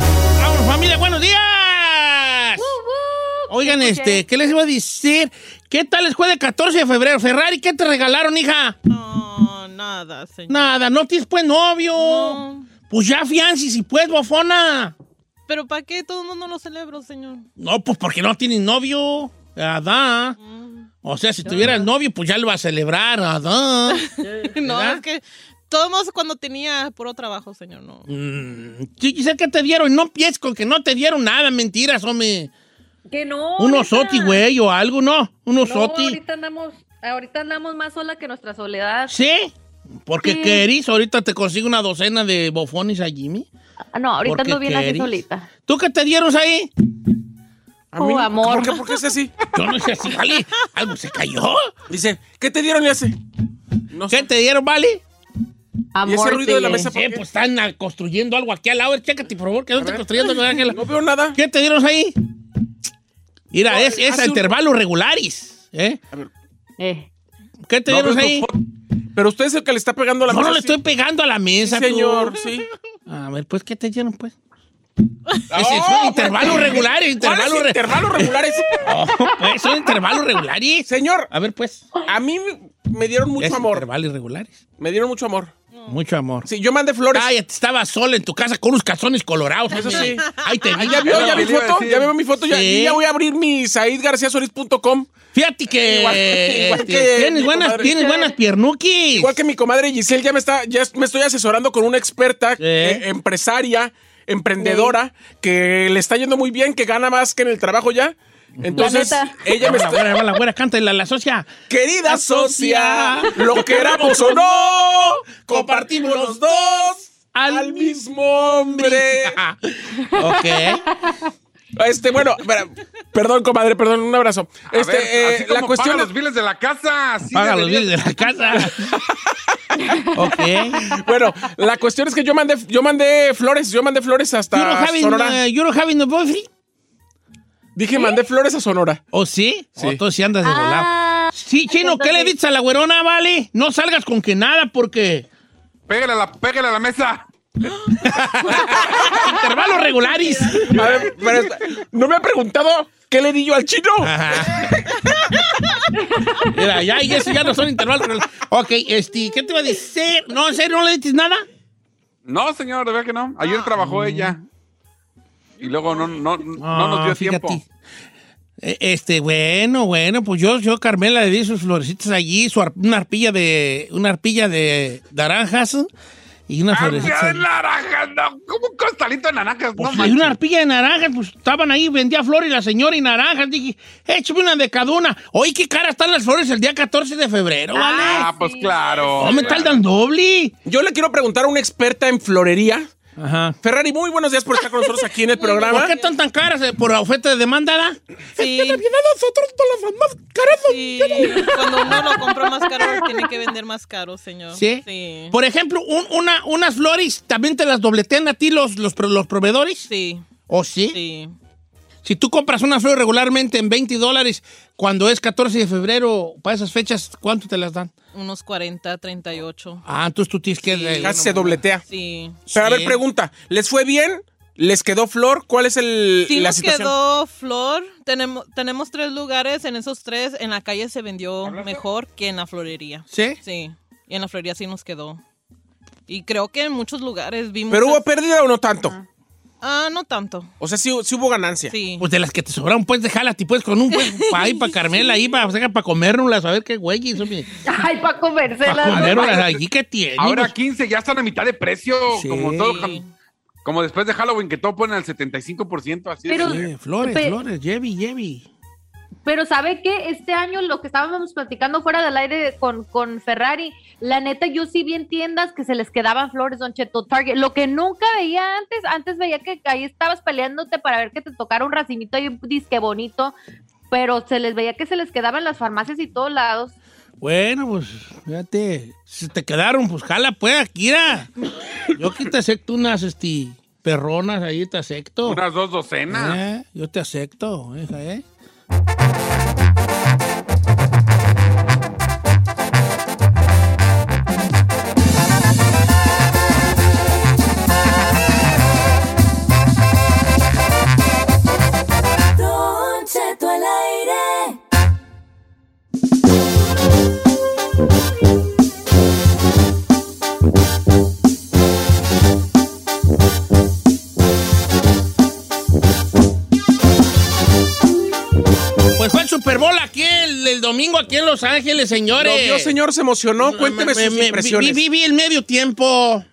¡Vamos, familia! ¡Buenos días! Oigan, este, ¿qué les iba a decir? ¿Qué tal les fue de 14 de febrero? Ferrari, ¿qué te regalaron, hija? No, nada, señor. Nada, no tienes pues novio. No. Pues ya fiancis y pues, bofona. Pero ¿para qué todo el mundo lo celebra, señor? No, pues porque no tienes novio. Adá. Mm. O sea, si tuvieras novio, pues ya lo vas a celebrar, Adá. No, ¿Verdad? es que todo el mundo cuando tenía puro trabajo, señor, no. Mm, Sí, quizás que te dieron. No empieces con que no te dieron nada, mentiras, hombre. Que no. Un ahorita- osoti, güey, o algo, ¿no? Un No, osoti. ahorita andamos, ahorita andamos más sola que nuestra soledad. ¿Sí? Porque Sí. querís, ahorita te consigo una docena de bofones a Jimmy. Ah, No, ahorita Porque ando bien así querís. solita. ¿Tú qué te dieron ahí? A mí Oh, no- amor. ¿Por qué? ¿Por qué es así? Yo no sé si, vale. ¿Algo se cayó? Dice, ¿qué te dieron y hace? No ¿Qué sé. te dieron, vale? ¿Y ese ruido de la Amórtele. mesa por Eh, qué? pues están ah, construyendo algo aquí al lado. Chécate, por favor, que no esté construyendo, ¿no, Ángela. No veo nada. ¿Qué te dieron ahí? Mira, es, es a hace un- intervalos regulares. ¿eh? Eh, ¿Qué te No dieron veo tu ahí? foto. Pero usted es el que le está pegando a la Yo no mesa, le sí. estoy pegando a la Sí, mesa, tú. señor, sí. A ver, pues, ¿qué te dieron, pues? Ah, Es, es un ¿por intervalo qué? regular, ¿Cuáles intervalo regular. intervalos regulares? pues, son intervalos regulares. Señor, A ver, pues. a mí me dieron mucho es amor. Intervalos regulares. Me dieron mucho amor. Mucho amor. Sí, yo mandé flores. Ay, estaba sola en tu casa con unos calzones colorados. Eso hombre. sí. Ahí te Ah, vi. ya vio, ya Pero mi le iba a foto, decir. ya veo mi foto, ya, Sí. y ya voy a abrir mi saidgarciasolis.com. Fíjate que, Igual- igual este, que tienes mi buenas, comadre. tienes buenas piernuquis. Igual que mi comadre Giselle, ya me está, ya me estoy asesorando con una experta, Sí. eh, empresaria, emprendedora, que le está yendo muy bien, que gana más que en el trabajo ya. Entonces, La neta. ella me Vamos, la está. güera, vamos, la güera, cántale a la socia. Querida La socia, socia, lo queramos o no, compartimos los dos al al, mismo hombre. ok. Este, bueno, espera, perdón, comadre, perdón, un abrazo. A Este, ver, eh, así como la cuestión paga es- los biles de la casa. así Paga los debería- bienes de la casa. ok. Bueno, la cuestión es que yo mandé, yo mandé flores, yo mandé flores hasta You don't having, Sonora. uh, you don't having a boyfriend? Dije, mandé flores a Sonora. ¿O sí? Sí. O tú sí andas de volado. Ah, Sí, chino, ¿qué le entonces- dices a la güerona, vale? No salgas con que nada porque Pégale a la, pégale a la mesa. intervalos regulares. A ver, pero esta- no me ha preguntado qué le di yo al chino. Mira, ya, y eso ya no son intervalos regulares. Ok, este, ¿qué te va a decir? No, en serio, ¿no le dices nada? Ah, No, señor, de verdad que no. Ayer trabajó ella. Y luego no, no, no nos dio Ah, fíjate. tiempo. Eh, Este, bueno, bueno, pues yo, yo, Carmela, le di sus florecitas allí, su ar- una arpilla de, una arpilla de naranjas y una Ah, florecitas. de allí. naranjas, no. ¿Cómo un costalito de naranjas? Pues no hay una manches. arpilla de naranjas, pues estaban ahí, vendía flores la señora y naranjas. Dije, échame una de cada una. Oye, qué cara están las flores el día 14 de febrero, ¿vale? Ah, pues claro. no me tardan doble. Yo le quiero preguntar a una experta en florería. Ajá. Ferrari, muy buenos días por estar con nosotros aquí en el ¿Por programa. qué están tan caras? eh, ¿Por la oferta de demanda, da? Sí. nosotros por las más caras. Sí, cuando uno lo compra más caro, tiene que vender más caro, señor. ¿Sí? Sí. Por ejemplo, un- una, unas flores, ¿también te las dobletean a ti los, los, pro- los proveedores? Sí, ¿O sí? sí. Si tú compras una flor regularmente en 20 dólares, cuando es 14 de febrero, para esas fechas, ¿cuánto te las dan? Unos 40, 38. Ah, entonces tú tienes que... eh, Casi se dobletea. Sí. Pero a Sí. ver, pregunta, ¿les fue bien? ¿Les quedó flor? ¿Cuál es el, Sí la nos situación? quedó Flor. Tenemos, tenemos tres lugares. En esos tres, en la calle se vendió mejor que en la florería. ¿Sí? Sí. Y en la florería sí nos quedó. Y creo que en muchos lugares vimos. ¿Pero hubo pérdida o no tanto? Ah, no tanto. O sea, sí, sí hubo ganancia. Sí. Pues de las que te sobraron, pues déjala, ti pues con un pues para ahí, para Carmela, ahí, para pa comérnoslas, a ver qué güey. Ay, para comérselas. Para no comérnoslas allí que tiene. Ahora pues. 15 ya están a mitad de precio, Sí. como todo, como después de Halloween que todo ponen al 75%, así es. Pero- Sí, flores, Pe- flores, Jevi, Jevi. Pero ¿sabe qué? Este año lo que estábamos platicando fuera del aire con, con Ferrari, la neta yo sí vi en tiendas que se les quedaban flores, Don Cheto Target, lo que nunca veía antes, antes veía que ahí estabas peleándote para ver que te tocara un racimito y un disque bonito, pero se les veía que se les quedaban las farmacias y todos lados. Bueno, pues, fíjate, si te quedaron, pues jala, pues, Akira. Yo aquí te acepto unas este, perronas, ahí te acepto. Unas dos docenas. Eh, Yo te acepto, hija, ¿eh? Pues fue el Super Bowl aquí el, el domingo aquí en Los Ángeles, señores. Lo vio, señor, se emocionó. Cuénteme Me- sus me- vi- impresiones. Vi, vi el medio tiempo.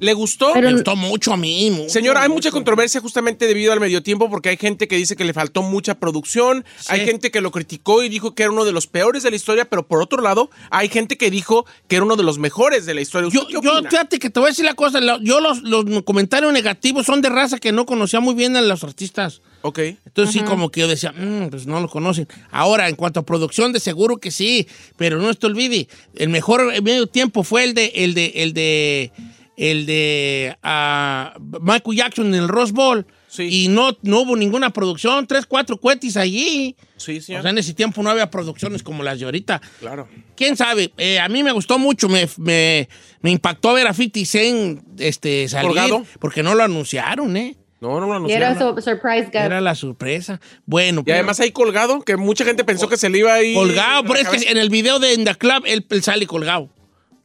¿Le gustó? me gustó mucho a mí. mucho, Señor, hay mucha mucho. controversia justamente debido al medio tiempo porque hay gente que dice que le faltó mucha producción, hay gente que lo criticó y dijo que era uno de los peores de la historia, pero por otro lado, hay gente que dijo que era uno de los mejores de la historia. ¿Usted Yo, qué yo, opina? fíjate que te voy a decir la cosa. la- Yo los, los comentarios negativos son de raza que no conocía muy bien a los artistas. Ok. Entonces sí, como que yo decía, "Mm, pues no lo conocen. Ahora, en cuanto a producción, de seguro que sí, pero no te olvide, el mejor eh, medio tiempo fue el de, el de, el de, el de ah, Michael Jackson en el Rose Bowl. Sí. Y no, no hubo ninguna producción, tres, cuatro cuetis allí. Sí, O señor. sea, en ese tiempo no había producciones como las de ahorita. claro. ¿Quién sabe? Eh, a mí me gustó mucho, me, me, me impactó ver a 50 Cent este, salir. Colgado. Porque no lo anunciaron, ¿eh? No, no lo Y era anunciaron. su- surprise guest. Era la sorpresa. Bueno, Y pero- además ahí colgado, que mucha gente pensó que se le iba a ir. la Colgado, pero es que cabeza. en el video de Enda Club él, él sale colgado.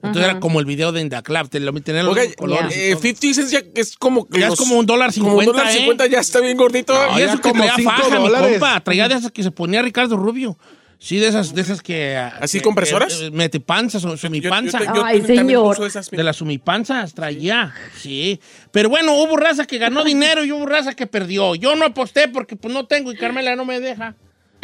Entonces era como el video de Enda Club, te lo tenían los Oiga, colores. eh, 50 cents ya es como. que Ya es los- como un dólar Como un dólar cincuenta, ¿eh? cincuenta, ya está bien gordito. No, y Ya eso que como traía cinco faja, mi dólares. compa, traía de esas que se ponía Ricardo Rubio. Sí, de esas, de esas que... ¿Así que- compresoras? que- eh, mete panzas o Yo- yo sumipanza. te- yo Ay, también señor. uso esas, mira. De las sumipanzas traía, sí. Pero bueno, hubo raza que ganó dinero y hubo raza que perdió. Yo no aposté porque pues no tengo y Carmela no me deja.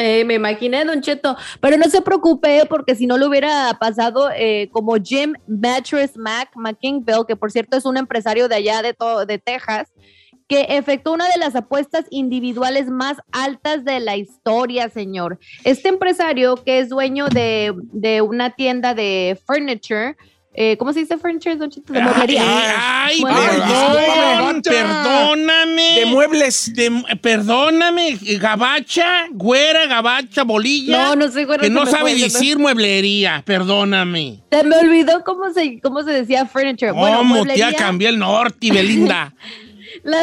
Eh, me imaginé, Don Cheto. Pero no se preocupe, eh, porque si no lo hubiera pasado eh, como Jim Mattress Mac McKingville, que por cierto es un empresario de allá de, todo, de Texas, que efectuó una de las apuestas individuales más altas de la historia, señor. Este empresario, que es dueño de, de una tienda de furniture, eh, ¿cómo se dice furniture, Don Cheto? De mueblería. Ay, ay, Bueno, perdón, discúlpame, gabacha. perdóname. De muebles. De- perdóname, gabacha, güera, gabacha, bolilla. No, no sé, güera, Que se no me sabe fue, se me- decir mueblería, perdóname. Se me olvidó cómo se, cómo se decía furniture. Bueno, ¿Cómo te ha mueblería. cambiado el norte, Belinda? La,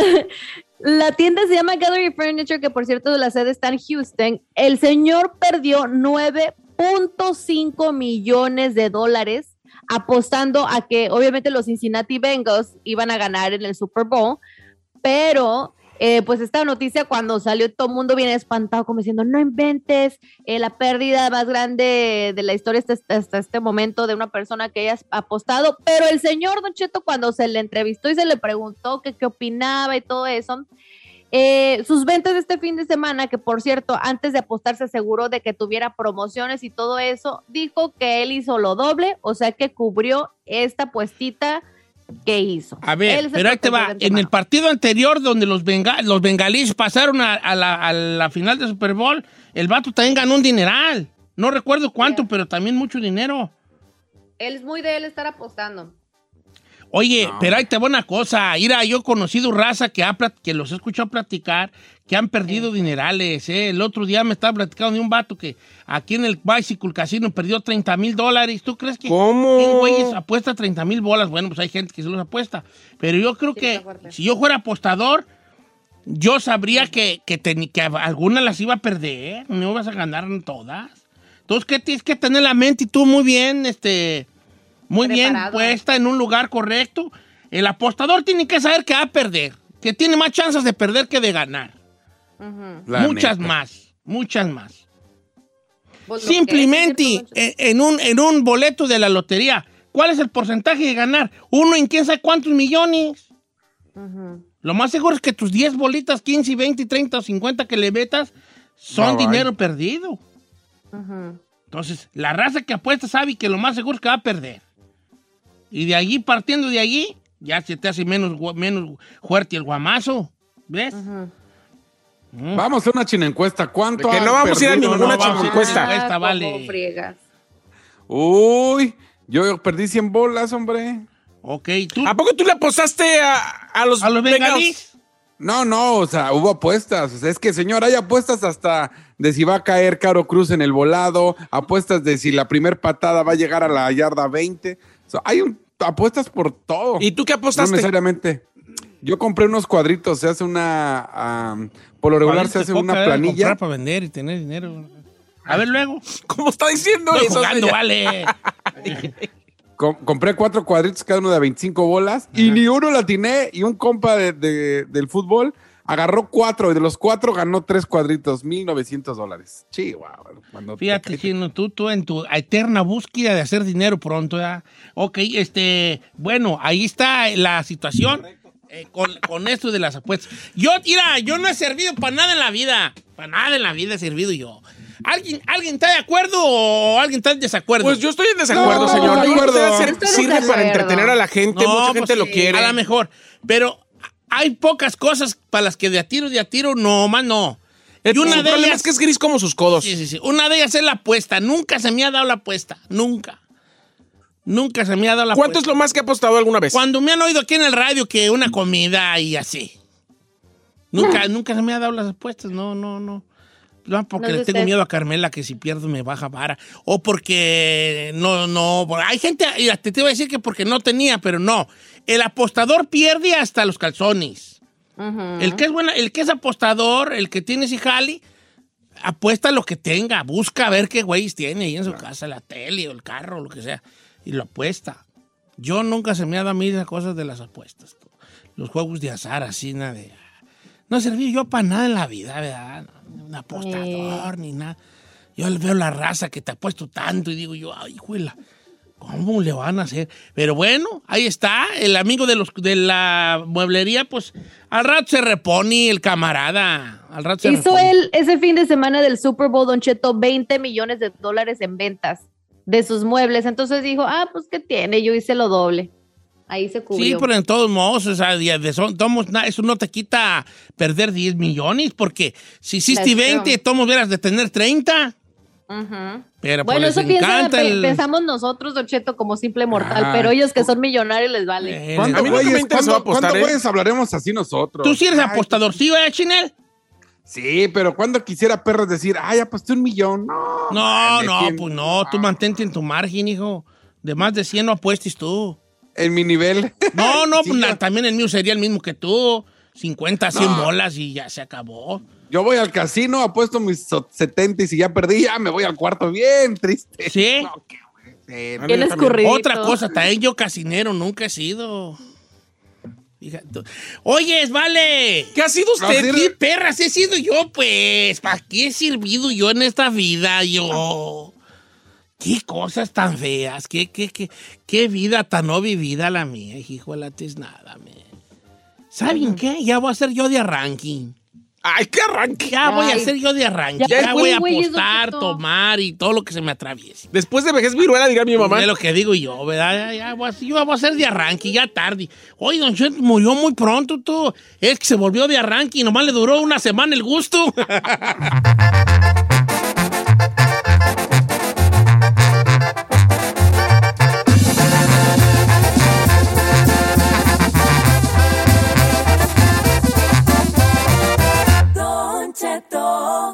la tienda se llama Gallery Furniture, que por cierto la sede está en Houston. El señor perdió 9.5 millones de dólares apostando a que obviamente los Cincinnati Bengals iban a ganar en el Super Bowl, pero eh, pues esta noticia cuando salió todo el mundo bien espantado como diciendo, no inventes eh, la pérdida más grande de la historia hasta, hasta este momento de una persona que haya apostado, pero el señor Don Cheto cuando se le entrevistó y se le preguntó que qué opinaba y todo eso, eh, sus ventas de este fin de semana, que por cierto, antes de apostar se aseguró de que tuviera promociones y todo eso, dijo que él hizo lo doble, o sea que cubrió esta puestita que hizo. A ver, Él se pero ahí te propuso va. de En el antemano. partido anterior donde los, benga- los bengalíes pasaron a, a la, a la final del Super Bowl, el vato también ganó un dineral. No recuerdo cuánto, Ya. pero también mucho dinero. Él es muy de él estar apostando. Oye, pero ahí te va una cosa. Mira, yo he conocido raza que, ha plat- que los he escuchado platicar, que han perdido dinerales. ¿eh? El otro día me estaba platicando de un vato que aquí en el Bicycle Casino perdió 30 mil dólares. ¿Tú crees que ¿Cómo? ¿quién, güeyes, apuesta 30 mil bolas? Bueno, pues hay gente que se los apuesta. Pero yo creo que está fuerte. si yo fuera apostador, yo sabría que, que, teni- que algunas las iba a perder. No vas a ganar en todas. Entonces, ¿qué tienes que tener en la mente? Y tú muy bien, este... Muy bien Preparado. ¿eh? puesta en un lugar correcto. El apostador tiene que saber que va a perder, que tiene más chances de perder que de ganar. La muchas neta. más, muchas más. Vos lo Simplemente querés, ¿cierto, Poncho? en, en un, en un boleto de la lotería, ¿cuál es el porcentaje de ganar? Uno en quién sabe cuántos millones. Lo más seguro es que tus 10 bolitas, 15, 20, 30 o 50 que le metas son Bye, bye. dinero perdido. Entonces, la raza que apuesta sabe que lo más seguro es que va a perder. Y de allí, partiendo de allí, ya se te hace menos, gu- menos fuerte el guamazo. ¿Ves? Vamos a una chinencuesta. ¿Cuánto? De que han no vamos a ir a perdido? ninguna No vamos. chinencuesta. Ah, Esta cómo vale. friegas. Uy, yo perdí 100 bolas, hombre. Ok, tú. ¿A poco tú le apostaste a, a los, A los bengalíes. No, no, o sea, hubo apuestas. O sea, es que, señor, hay apuestas hasta de si va a caer Caro Cruz en el volado, apuestas de si la primer patada va a llegar a la yarda 20. O sea, hay un- apuestas por todo. ¿Y tú qué No apostaste? necesariamente. Yo compré unos cuadritos, se hace una... am, por lo regular se hace Coca una debe planilla. ¿eh? comprar para vender y tener dinero. A ver luego. ¿Cómo está diciendo Estoy eso? jugando, señor? vale. Com- compré cuatro cuadritos, cada uno de 25 bolas, y ni uno la atiné, y un compa de- de- del fútbol agarró cuatro, y de los cuatro ganó tres cuadritos, 1.900 dólares. Chihuahua. cuando te Fíjate, cae- Chino, tú, tú en tu eterna búsqueda de hacer dinero pronto, ¿verdad? Ok, este, bueno, ahí está la situación eh, con, con esto de las apuestas. Yo, mira, yo no he servido para nada en la vida. Para nada en la vida he servido yo. ¿Alguien, ¿Alguien está de acuerdo o alguien está en desacuerdo? Pues yo estoy en No, desacuerdo, de señor. Yo creo que acuerdo. debe ser- Yo estoy de sirve para acuerdo. entretener a la gente, No, mucha pues gente lo sí, quiere. A lo mejor. Pero hay pocas cosas para las que de a tiro, de a tiro, no, más no. El Y una de problema ellas- es que es gris como sus codos. Sí, sí, sí. Una de ellas es la apuesta. Nunca se me ha dado la apuesta. Nunca. Nunca se me ha dado la ¿Cuánto es apuesta. lo más que ha apostado alguna vez? Cuando me han oído aquí en el radio que una comida y así. Nunca, nunca se me ha dado las apuestas. No, no, no. No, porque No es le tengo usted. miedo a Carmela que si pierdo me baja vara. O porque no, no. Hay gente, y hasta te iba a decir que porque no tenía, pero no. El apostador pierde hasta los calzones. El que es buena, el que es apostador, el que tiene ese jali, apuesta lo que tenga, busca a ver qué güeyes tiene ahí en su casa, la tele o el carro, lo que sea, y lo apuesta. Yo nunca se me ha dado a mí esas cosas de las apuestas. tú. Los juegos de azar, así, nada de... No serví yo para nada en la vida, ¿verdad? No, Un apostador ni nada. Yo veo la raza que te ha puesto tanto y digo yo, ay, juela, ¿cómo le van a hacer? Pero bueno, ahí está, el amigo de, los, de la mueblería, pues al rato se repone el camarada. Al rato se Hizo repone. él ese fin de semana del Super Bowl, Don Cheto, 20 millones de dólares en ventas de sus muebles. Entonces dijo, ah, pues ¿qué tiene? Yo hice lo doble. Ahí se cubrió. Sí, pero en todos modos, o sea, de- de son- tomos, na- eso no te quita perder 10 millones, porque si hiciste That's 20, true. tomos hubieras de tener 30. Ujú. Pero pues Bueno, les eso piensa, encanta pe- el... pensamos nosotros, Don Cheto, como simple mortal, Ah, pero ellos que son millonarios les vale. Eh, ¿Cuánto A mí nunca me güeyes- interesó cuánto- apostar, cuánto ¿eh? güeyes hablaremos así nosotros? Tú sí eres Ay, apostador, ¿sí, eh, Chinel? Sí, pero cuando quisiera perros decir, ay, aposté un millón. No, No, man, no, defiendo. pues no, tú mantente en tu margen, hijo. De más de 100 no apuestes tú. En mi nivel. No, no, pues Sí, na- yo- también el mío sería el mismo que tú. 50, 100 bolas y ya se acabó. Yo voy al casino, apuesto mis so- 70 y si ya perdí, ya me voy al cuarto bien triste. ¿Sí? No, qué güey, sí, no. Bien escurridito. Otra cosa, también yo casinero nunca he sido. Fíjate. Oyes, vale. ¿Qué ha sido No, sí, usted? ¿Qué perras he sido yo, pues? ¿Para qué he servido yo en esta vida, yo? Qué cosas tan feas, qué, qué, qué, qué vida tan no vivida la mía, hijo de la nada, me. ¿Saben qué? Ya voy a ser yo de arranque. Ay, qué arranque. Ya voy a Ay. ser yo de arranque. Ya, Ya, voy güey, a güey, es lo que apostar, to- tomar y todo lo que se me atraviese. Después de vejez viruela, dirá mi mamá. Es lo que digo yo, ¿verdad? Ya, ya voy a, ser- yo voy a ser de arranque, ya tarde. Oye, don Chet murió muy pronto, tú. Es que se volvió de arranque y nomás le duró una semana el gusto. Oh,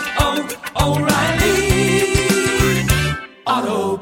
Oh,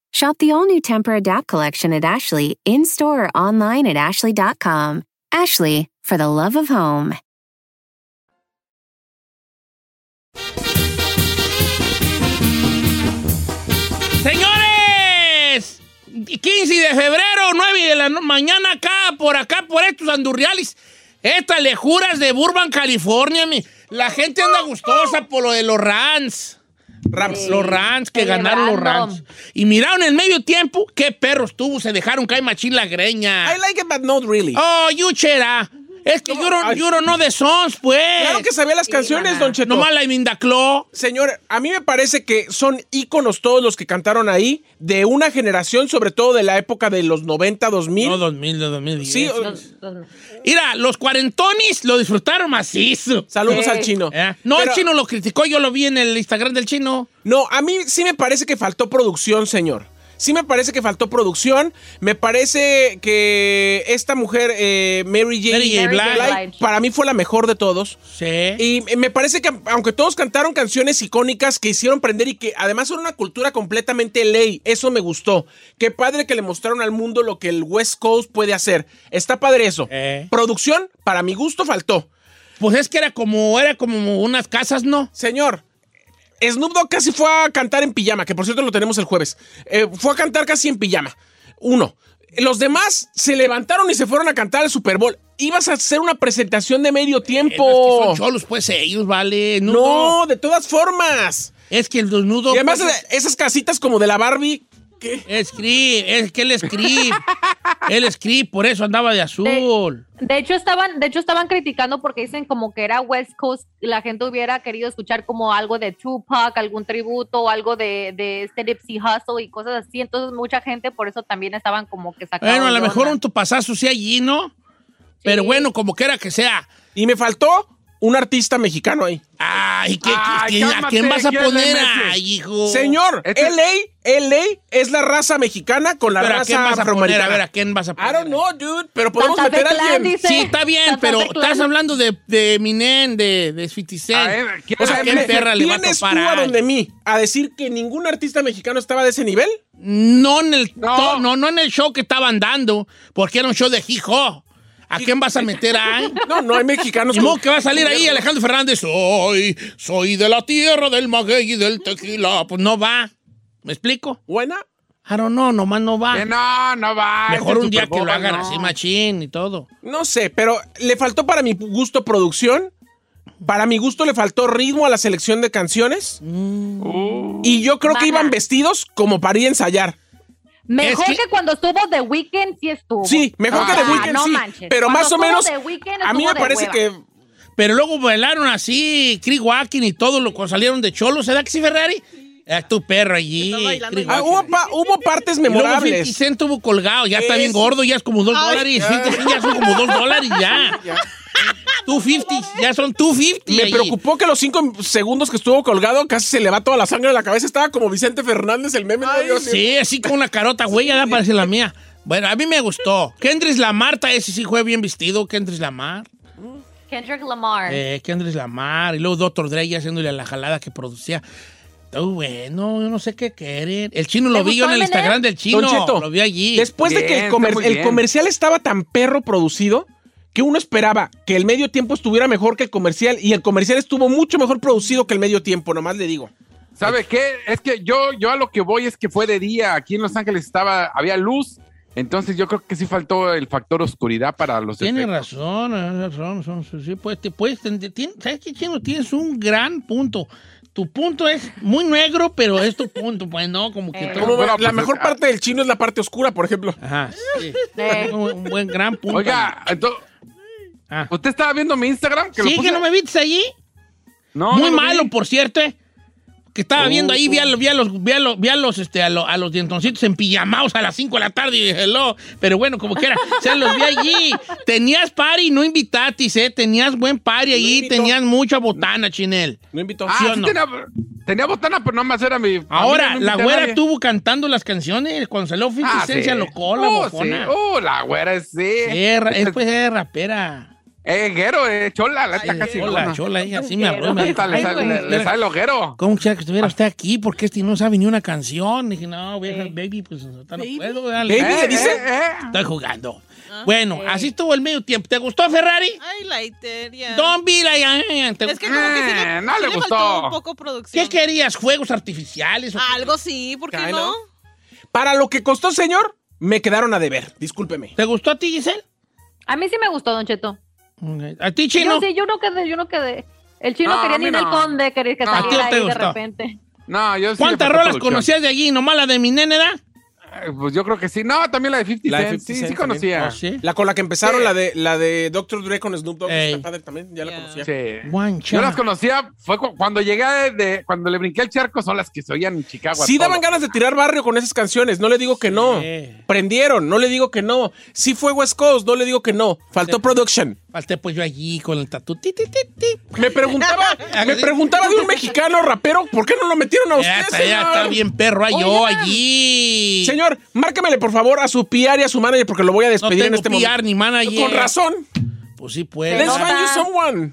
Shop the all new Temper Adapt collection at Ashley in store or online at ashley.com. Ashley, for the love of home. Señores, 15 de febrero, 9 de la no- mañana acá, por acá, por estos andurriales. Estas lejuras de Burbank, California, mi. La gente anda gustosa por lo de los Rams. Rams. Los Rams, que ganaron los Rams. Y miraron en medio tiempo, qué perros tuvo, se dejaron caer machín la greña. I like it, but not really. Oh, you chera. Es que yo no, yo no de sons, pues. Claro que sabía las canciones, Don Cheto. Nomás la Iminda Clo. Señor, a mí me parece que son íconos todos los que cantaron ahí, de una generación, sobre todo de la época de los 90, 2000. No, 2000, 2010. Sí, oh. o- Mira, los cuarentonis lo disfrutaron macizo. Saludos al chino. Eh, No, Pero- el chino lo criticó, yo lo vi en el Instagram del chino. No, a mí sí me parece que faltó producción, señor. Sí me parece que faltó producción. Me parece que esta mujer, eh, Mary J. Mary J. Blige. ¿Eh? Blige, para mí fue la mejor de todos. Sí. Y me parece que aunque todos cantaron canciones icónicas que hicieron prender y que además son una cultura completamente ley, eso me gustó. Qué padre que le mostraron al mundo lo que el West Coast puede hacer. Está padre eso. Producción, para mi gusto, faltó. ¿Eh? Pues es que era como, era como unas casas, ¿no? Señor, Snoop Dogg casi fue a cantar en pijama, que por cierto lo tenemos el jueves. Eh, fue a cantar casi en pijama. Uno. Los demás se levantaron y se fueron a cantar al Super Bowl. Ibas a hacer una presentación de Eh, medio tiempo. son cholos, pues ellos, vale. No, de todas formas. Es que el desnudo. Y además, esas casitas como de la Barbie. Es Creep, es que él es Creep. él es Creep, por eso andaba de azul. De hecho, estaban, de hecho, estaban criticando porque dicen como que era West Coast y la gente hubiera querido escuchar como algo de Tupac, algún tributo, algo de, de este Nipsey Hussle y cosas así. Entonces, mucha gente por eso también estaban como que sacando. Bueno, a lo mejor un topazazo sí allí, ¿no? Pero bueno, como quiera que sea. Y me faltó un artista mexicano ahí. Ay, ¿qué, qué- a quién Este vas a poner? Ay, hijo. Señor, LA, LA es la raza mexicana con la Pero, ¿a raza quién vas a poner? afroamericana. A ver, ¿a quién vas a poner? I don't know, dude, pero podemos meter a alguien. Sí, está bien, pero estás hablando de, de Minen, de, de 50 Cent. O sea, ¿A qué me- perra le va a ¿vienes topar tú a a donde mí a decir que ningún artista mexicano estaba de ese nivel? No en el to- no. no, en el show que estaban dando, porque era un show de hijo. ¿A quién vas a meter ahí? No, no hay mexicanos. Y modo que va a salir ahí Alejandro Fernández. Soy, soy de la tierra del maguey y del tequila. Pues no va. ¿Me explico? ¿Buena? I don't know, nomás no va. Que no, no va. Mejor Ese un día Super que Bowl, lo hagan no. así, machín y todo. No sé, pero le faltó para mi gusto producción. Para mi gusto le faltó ritmo a la selección de canciones. Mm. Y yo creo que iban vestidos como para ir a ensayar. Mejor que... cuando estuvo The Weeknd, sí estuvo. Sí, mejor que Ah, The Weeknd no sí, manches. pero Cuando más o estuvo menos, The Weeknd, a mí estuvo me de parece hueva. que Pero luego bailaron así, Chris Walken y todo lo que salieron de Cholo. ¿Será que sí, Ferrari? Es tu perro allí. Chris Ah, Walken. hubo, pa- hubo partes Y luego memorables. 50 Cent tuvo colgado, ya está bien Es- gordo, ya es como dos Ay, dólares. ya. 50 Cent ya son como dos dólares, ya. 250, ya son 250. Me ahí. preocupó que los cinco segundos que estuvo colgado casi se le va toda la sangre a la cabeza. Estaba como Vicente Fernández, el meme. ¿no? Yo así- Sí, así con una carota, güey, ya da parece la mía. Bueno, a mí me gustó. Kendrick Lamar, ta- ese sí fue bien vestido, Kendrick Lamar. Kendrick Lamar. Eh, Kendrick Lamar, y luego Dr. Dre ya haciéndole a la jalada que producía. Está bueno, yo no sé qué quieren. El chino lo ¿Te vi yo en gustó el Eminem? Instagram del chino. Don Cheto, lo vi allí. Después de que Bien, el, está comer- muy el bien. comercial estaba tan perro producido que uno esperaba que el medio tiempo estuviera mejor que el comercial y el comercial estuvo mucho mejor producido que el medio tiempo, nomás le digo. ¿Sabe qué? Es que yo, yo a lo que voy es que fue de día. Aquí en Los Ángeles estaba, había luz. Entonces yo creo que sí faltó el factor oscuridad para los Tienes efectos. razón, tienes razón, son- son- sí, pues, te puedes, ten- tien- ¿sabes qué, Chino? Tienes un gran punto. Tu punto es muy negro, pero es tu punto. Pues no, como que... Como Bueno, la pues, mejor ah. parte del chino es la parte oscura, por ejemplo. Ajá, sí. Eh. Un, un buen gran punto. Oiga, entonces, Ah. ¿usted estaba viendo mi Instagram? lo ¿sí puse- que no me viste allí? No, muy no lo malo, vi. por cierto, eh. Que estaba Oh. viendo ahí, vi a, los- vi a los, vi a los, vi a los, este, a, lo- a los dientoncitos en pijamaos a las 5 de la tarde y dije, hello. Pero bueno, como quiera, se los vi allí. Tenías party, no invitatis, eh. Tenías buen party allí, invitó. tenías mucha botana, Chinel. No invitó. Ah, ¿Sí o sí no? tenía, tenía botana, pero pues, nomás era mi. a Ahora, mí no me la invitó güera nadie. estuvo cantando las canciones cuando salió 50 Ah, Cent, se alocó la oh, sí. bofona. Oh, la güera es sí. Sí, es ra- es, pues, es rapera. Eh, guero, eh, chola, la está casi. Chola, buena. chola, ella sí me habló. me Le dijo, sale- "Ay, sale- güey, le- le mira, sale lo guero. ¿Cómo quisiera que estuviera usted aquí? Porque este no sabe ni una canción. Dije, no, vieja, baby, pues no puedo. dale. Baby, le dice. eh, Estoy jugando. bueno, así estuvo el medio tiempo. ¿Te gustó Ferrari? Ay, la iteria. Don't be like I am. ¿Te Es gustó? que como que sí Eh, le, no sí le le gustó. faltó un poco producción. ¿Qué querías? ¿Juegos artificiales? o qué? Algo sí, ¿por qué Kinda. no? Para lo que costó, señor, me quedaron a deber. Discúlpeme. ¿Te gustó a ti, Giselle? A mí sí me gustó, Don Cheto. ¿A ti, Chino? Yo sí, yo no quedé, yo no quedé. El chino No, a quería mí ni del no. conde, quería que No. ¿A ti no saliera te ahí de gustó? repente. No, yo sí le ¿Cuántas faltó rolas producción. conocías de allí? ¿Nomás la de mi nene, da? Eh, Pues yo creo que sí. No, también la de 50 La de Cent. 50 sí, Cent sí también. conocía. Oh, sí. La con la que empezaron, Sí. la de la de Dr. Dre con Snoop Dogg, Ey. está padre también, ya la Yeah. conocía. Sí. Guancha. Yo las conocía, fue cu- cuando llegué de, de- cuando le brinqué el charco, son las que se oían en Chicago. a Sí todo. daban ganas de tirar barrio con esas canciones, no le digo que no. Sí. Prendieron, no le digo que no. Sí fue West Coast, no le digo que no. Faltó production. Falté pues yo allí con el tatu. Ti, ti, ti, ti. Me preguntaba, me preguntaba de un mexicano rapero, ¿por qué no lo metieron a usted, Ya está, ya está señor? bien perro ay, yo allí. Señor, márquemele por favor a su PR y a su manager porque lo voy a no despedir tengo en este PR momento. ni manager. Con razón. Pues sí, pues. Let's nota. find you someone.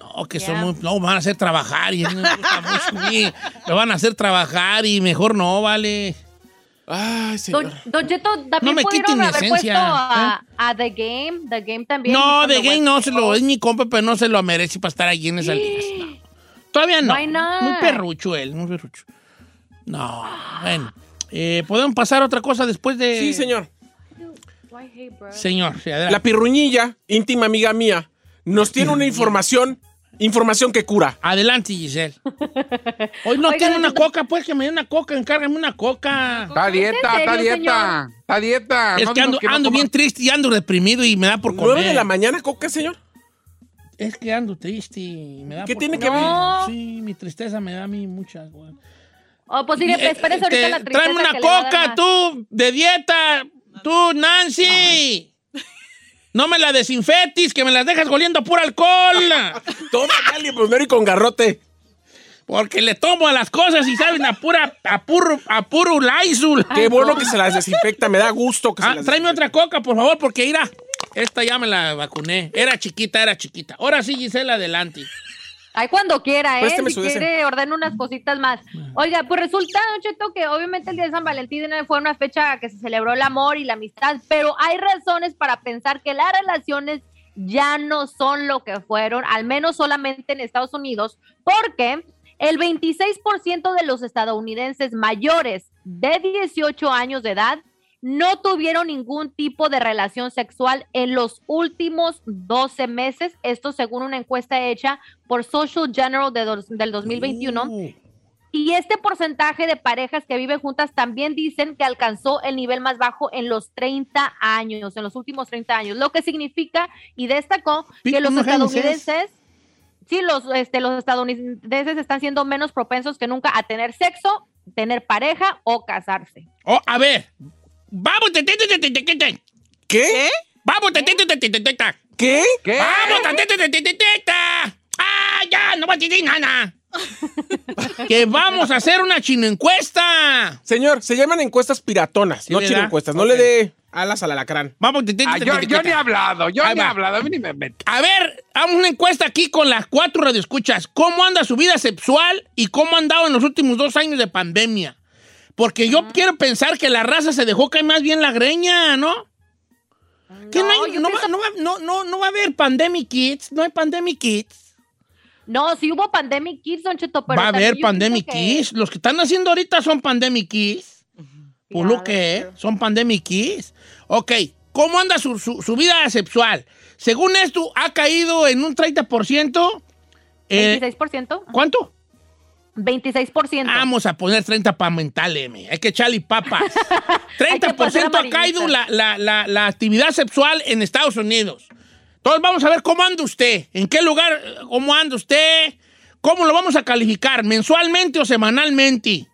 No, que son muy. No, me van a hacer trabajar y a mí no me gusta mucho. sí. Me van a hacer trabajar y mejor no, vale. Ay, señor. Don, Don Cheto, también No me pudieron quiten mi haber puesto esencia, ¿eh? a, a The Game, The Game también. No, de The gay no se lo. Es mi compa, pero no se lo merece para estar allí en esas ligas. no. Todavía no. Why not? Muy perrucho él, muy perrucho. No, bueno. Eh, ¿Podemos pasar a otra cosa después de. Sí, señor. Señor, sí, La adelante. pirruñilla, íntima amiga mía, nos tiene una información, información que cura. Adelante, Giselle. Hoy no Oiga, tiene una don- coca, pues que me dé una coca, encárgame una coca. Está a ¿Es dieta, en está a serio, dieta, está a Ah, dieta. Es No que digo ando, no ando coma. bien triste y ando deprimido y me da por comer. ¿Nueve de la mañana, Coca, señor? Es que ando triste y me da ¿Qué por tiene que comer. ver? No. Sí, mi tristeza me da a mí muchas. güey. Oh, pues sigue, Eh, espérese ahorita te- la tristeza. tráeme una que le va a dar coca, más. tú, de dieta. Tú, Nancy. No me la desinfetis, que me las dejas oliendo a puro alcohol. Toma, Cali, primero y con garrote. Porque le tomo a las cosas y saben a pura, a puro, a puro Lysol. Qué bueno que se las desinfecta, me da gusto que Ah, se las tráeme desinfecte. otra coca, por favor, porque mira, esta ya me la vacuné. Era chiquita, era chiquita. Ahora sí, Gisela, adelante. Ay, cuando quiera, ¿eh? Présteme si su de ese. quiere, ordena unas cositas más. Oiga, pues resulta, Don Cheto, que obviamente el Día de San Valentín fue una fecha que se celebró el amor y la amistad, pero hay razones para pensar que las relaciones ya no son lo que fueron, al menos solamente en Estados Unidos, porque El 26% de los estadounidenses mayores de 18 años de edad no tuvieron ningún tipo de relación sexual en los últimos 12 meses. Esto según una encuesta hecha por Social General de dos- del 2021. Y este porcentaje de parejas que viven juntas también dicen que alcanzó el nivel más bajo en los 30 años, en los últimos 30 años, lo que significa y destacó que los Mujeres. estadounidenses sí, los, este, los estadounidenses están siendo menos propensos que nunca a tener sexo, tener pareja o casarse. Oh, a ver. Vamos, te, te, te, te, te, te, te, te. ¿Qué? Vamos, te, te, te, te, te, te, te, te. ¿Qué? Vamos, te, te, te, te, te, te, te, te. Ah, ya, no va a decir nada. que vamos a hacer una chino encuesta. Señor, se llaman encuestas piratonas, no ¿verdad? chino encuestas. No le dé alas al alacrán. Vamos, te, te, Ah, te, yo, te, te, yo te. ni he hablado, yo Ahí ni he va. hablado, a mí ni me meto. A ver, hagamos una encuesta aquí con las cuatro radioescuchas. ¿Cómo anda su vida sexual y cómo ha andado en los últimos dos años de pandemia? Porque yo quiero pensar que la raza se dejó caer más bien la greña, ¿no? Que no, hay- no va, no va- no- no- no va a haber pandemic kids, no hay pandemic kids. No, si hubo pandemic kids, Don Cheto, pero va a también haber yo pandemic pienso que- kids. Los que están haciendo ahorita son pandemic kids. Pues lo que es, son pandemic kids. Ok, ¿cómo anda su, su- su vida sexual? Según esto, ha caído en un 30%. eh, 26%. ¿Cuánto? 26%. Vamos a poner 30 para mental, M. Hay que echarle papas. 30% ha amarillita. caído la, la- la- la actividad sexual en Estados Unidos. Entonces vamos a ver cómo anda usted, en qué lugar, eh, cómo anda usted, cómo lo vamos a calificar, mensualmente o semanalmente.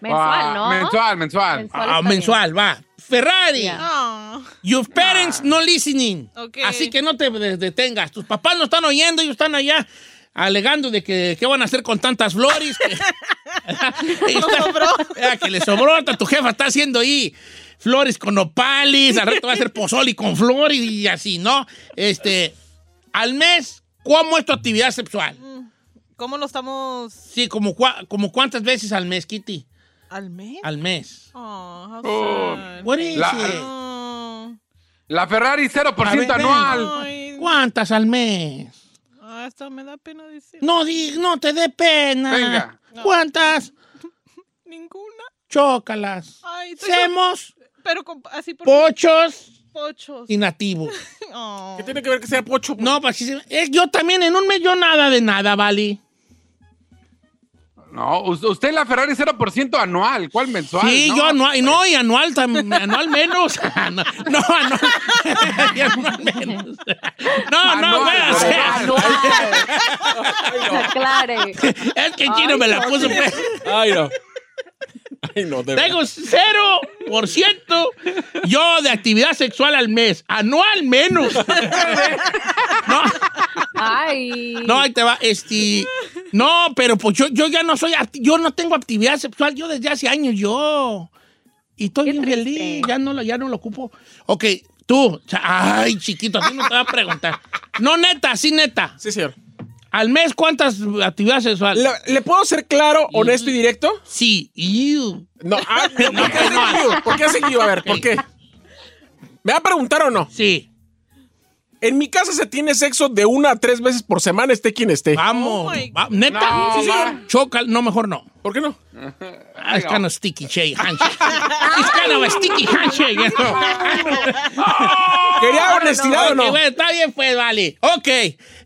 Mensual, Ah, ¿no? Mensual, mensual. Mensual. Ah, está mensual, va. Ferrari, Ah, your parents no listening. ok. Así que no te de- detengas. Tus papás no están oyendo, ellos están allá alegando de que qué van a hacer con tantas flores. que- No sobró. Ah, que le sobró, hasta tu jefa está haciendo ahí flores con opales, al rato va a hacer pozoli con flores y así, ¿no? Este, al mes, ¿cómo es tu actividad sexual? ¿Cómo lo estamos Sí, como, cua- como cuántas veces al mes, Kitty, al mes? al mes. Oh, how Oh, sad. What is La- it? Oh, La Ferrari 0% A ver, ven. anual. ay, ¿Cuántas al mes? ah, hasta me da pena decir No, di- no te dé pena. Venga. ¿Cuántas? ninguna. Chócalas. Ay, estoy Semos, so- pero con- así por pochos pochos. y nativos. Oh. ¿Qué tiene que ver que sea pocho? No, pues sí se- eh, yo también en un mes yo nada de nada, Vali. No, us- usted la Ferrari 0% anual. ¿Cuál mensual? Sí, No, yo anual, pues. y no, y anual, tam- anual menos. no, no, anual, y anual menos. No, no, Anual, güey, o sea, Mensual. Claro. es que Chino me la puso. pues. Ay, no. Ay, no, de verdad. Tengo 0% yo de actividad sexual al mes, anual menos. no, Ay. no, ahí te va, este, no, pero pues yo, yo ya no soy, acti- yo no tengo actividad sexual, yo desde hace años yo, y estoy Qué bien triste. feliz, ya no, lo- ya no lo ocupo. Ok, tú, cha- ay, chiquito, a ti no te va a preguntar. No, neta, sí, neta. Sí, señor. Al mes, ¿cuántas actividades sexuales? ¿Le, le puedo ser claro, honesto y directo? Sí, ew. No, ah, no, No, ¿por qué hace no. lío? ¿Por qué hace lío? A ver, ¿por qué? ¿Me va a preguntar o no? sí, En mi casa se tiene sexo de una a tres veces por semana, esté quien esté. vamos, Oh my- va- neta, No, Sí, señor. va. Choca, no, mejor no. ¿Por qué no? Ah, It's kind of sticky shake, handshake. It's kind of a sticky handshake. you know. ¿Quería honestidad o Ok, no? bueno, está bien, pues, vale. Ok,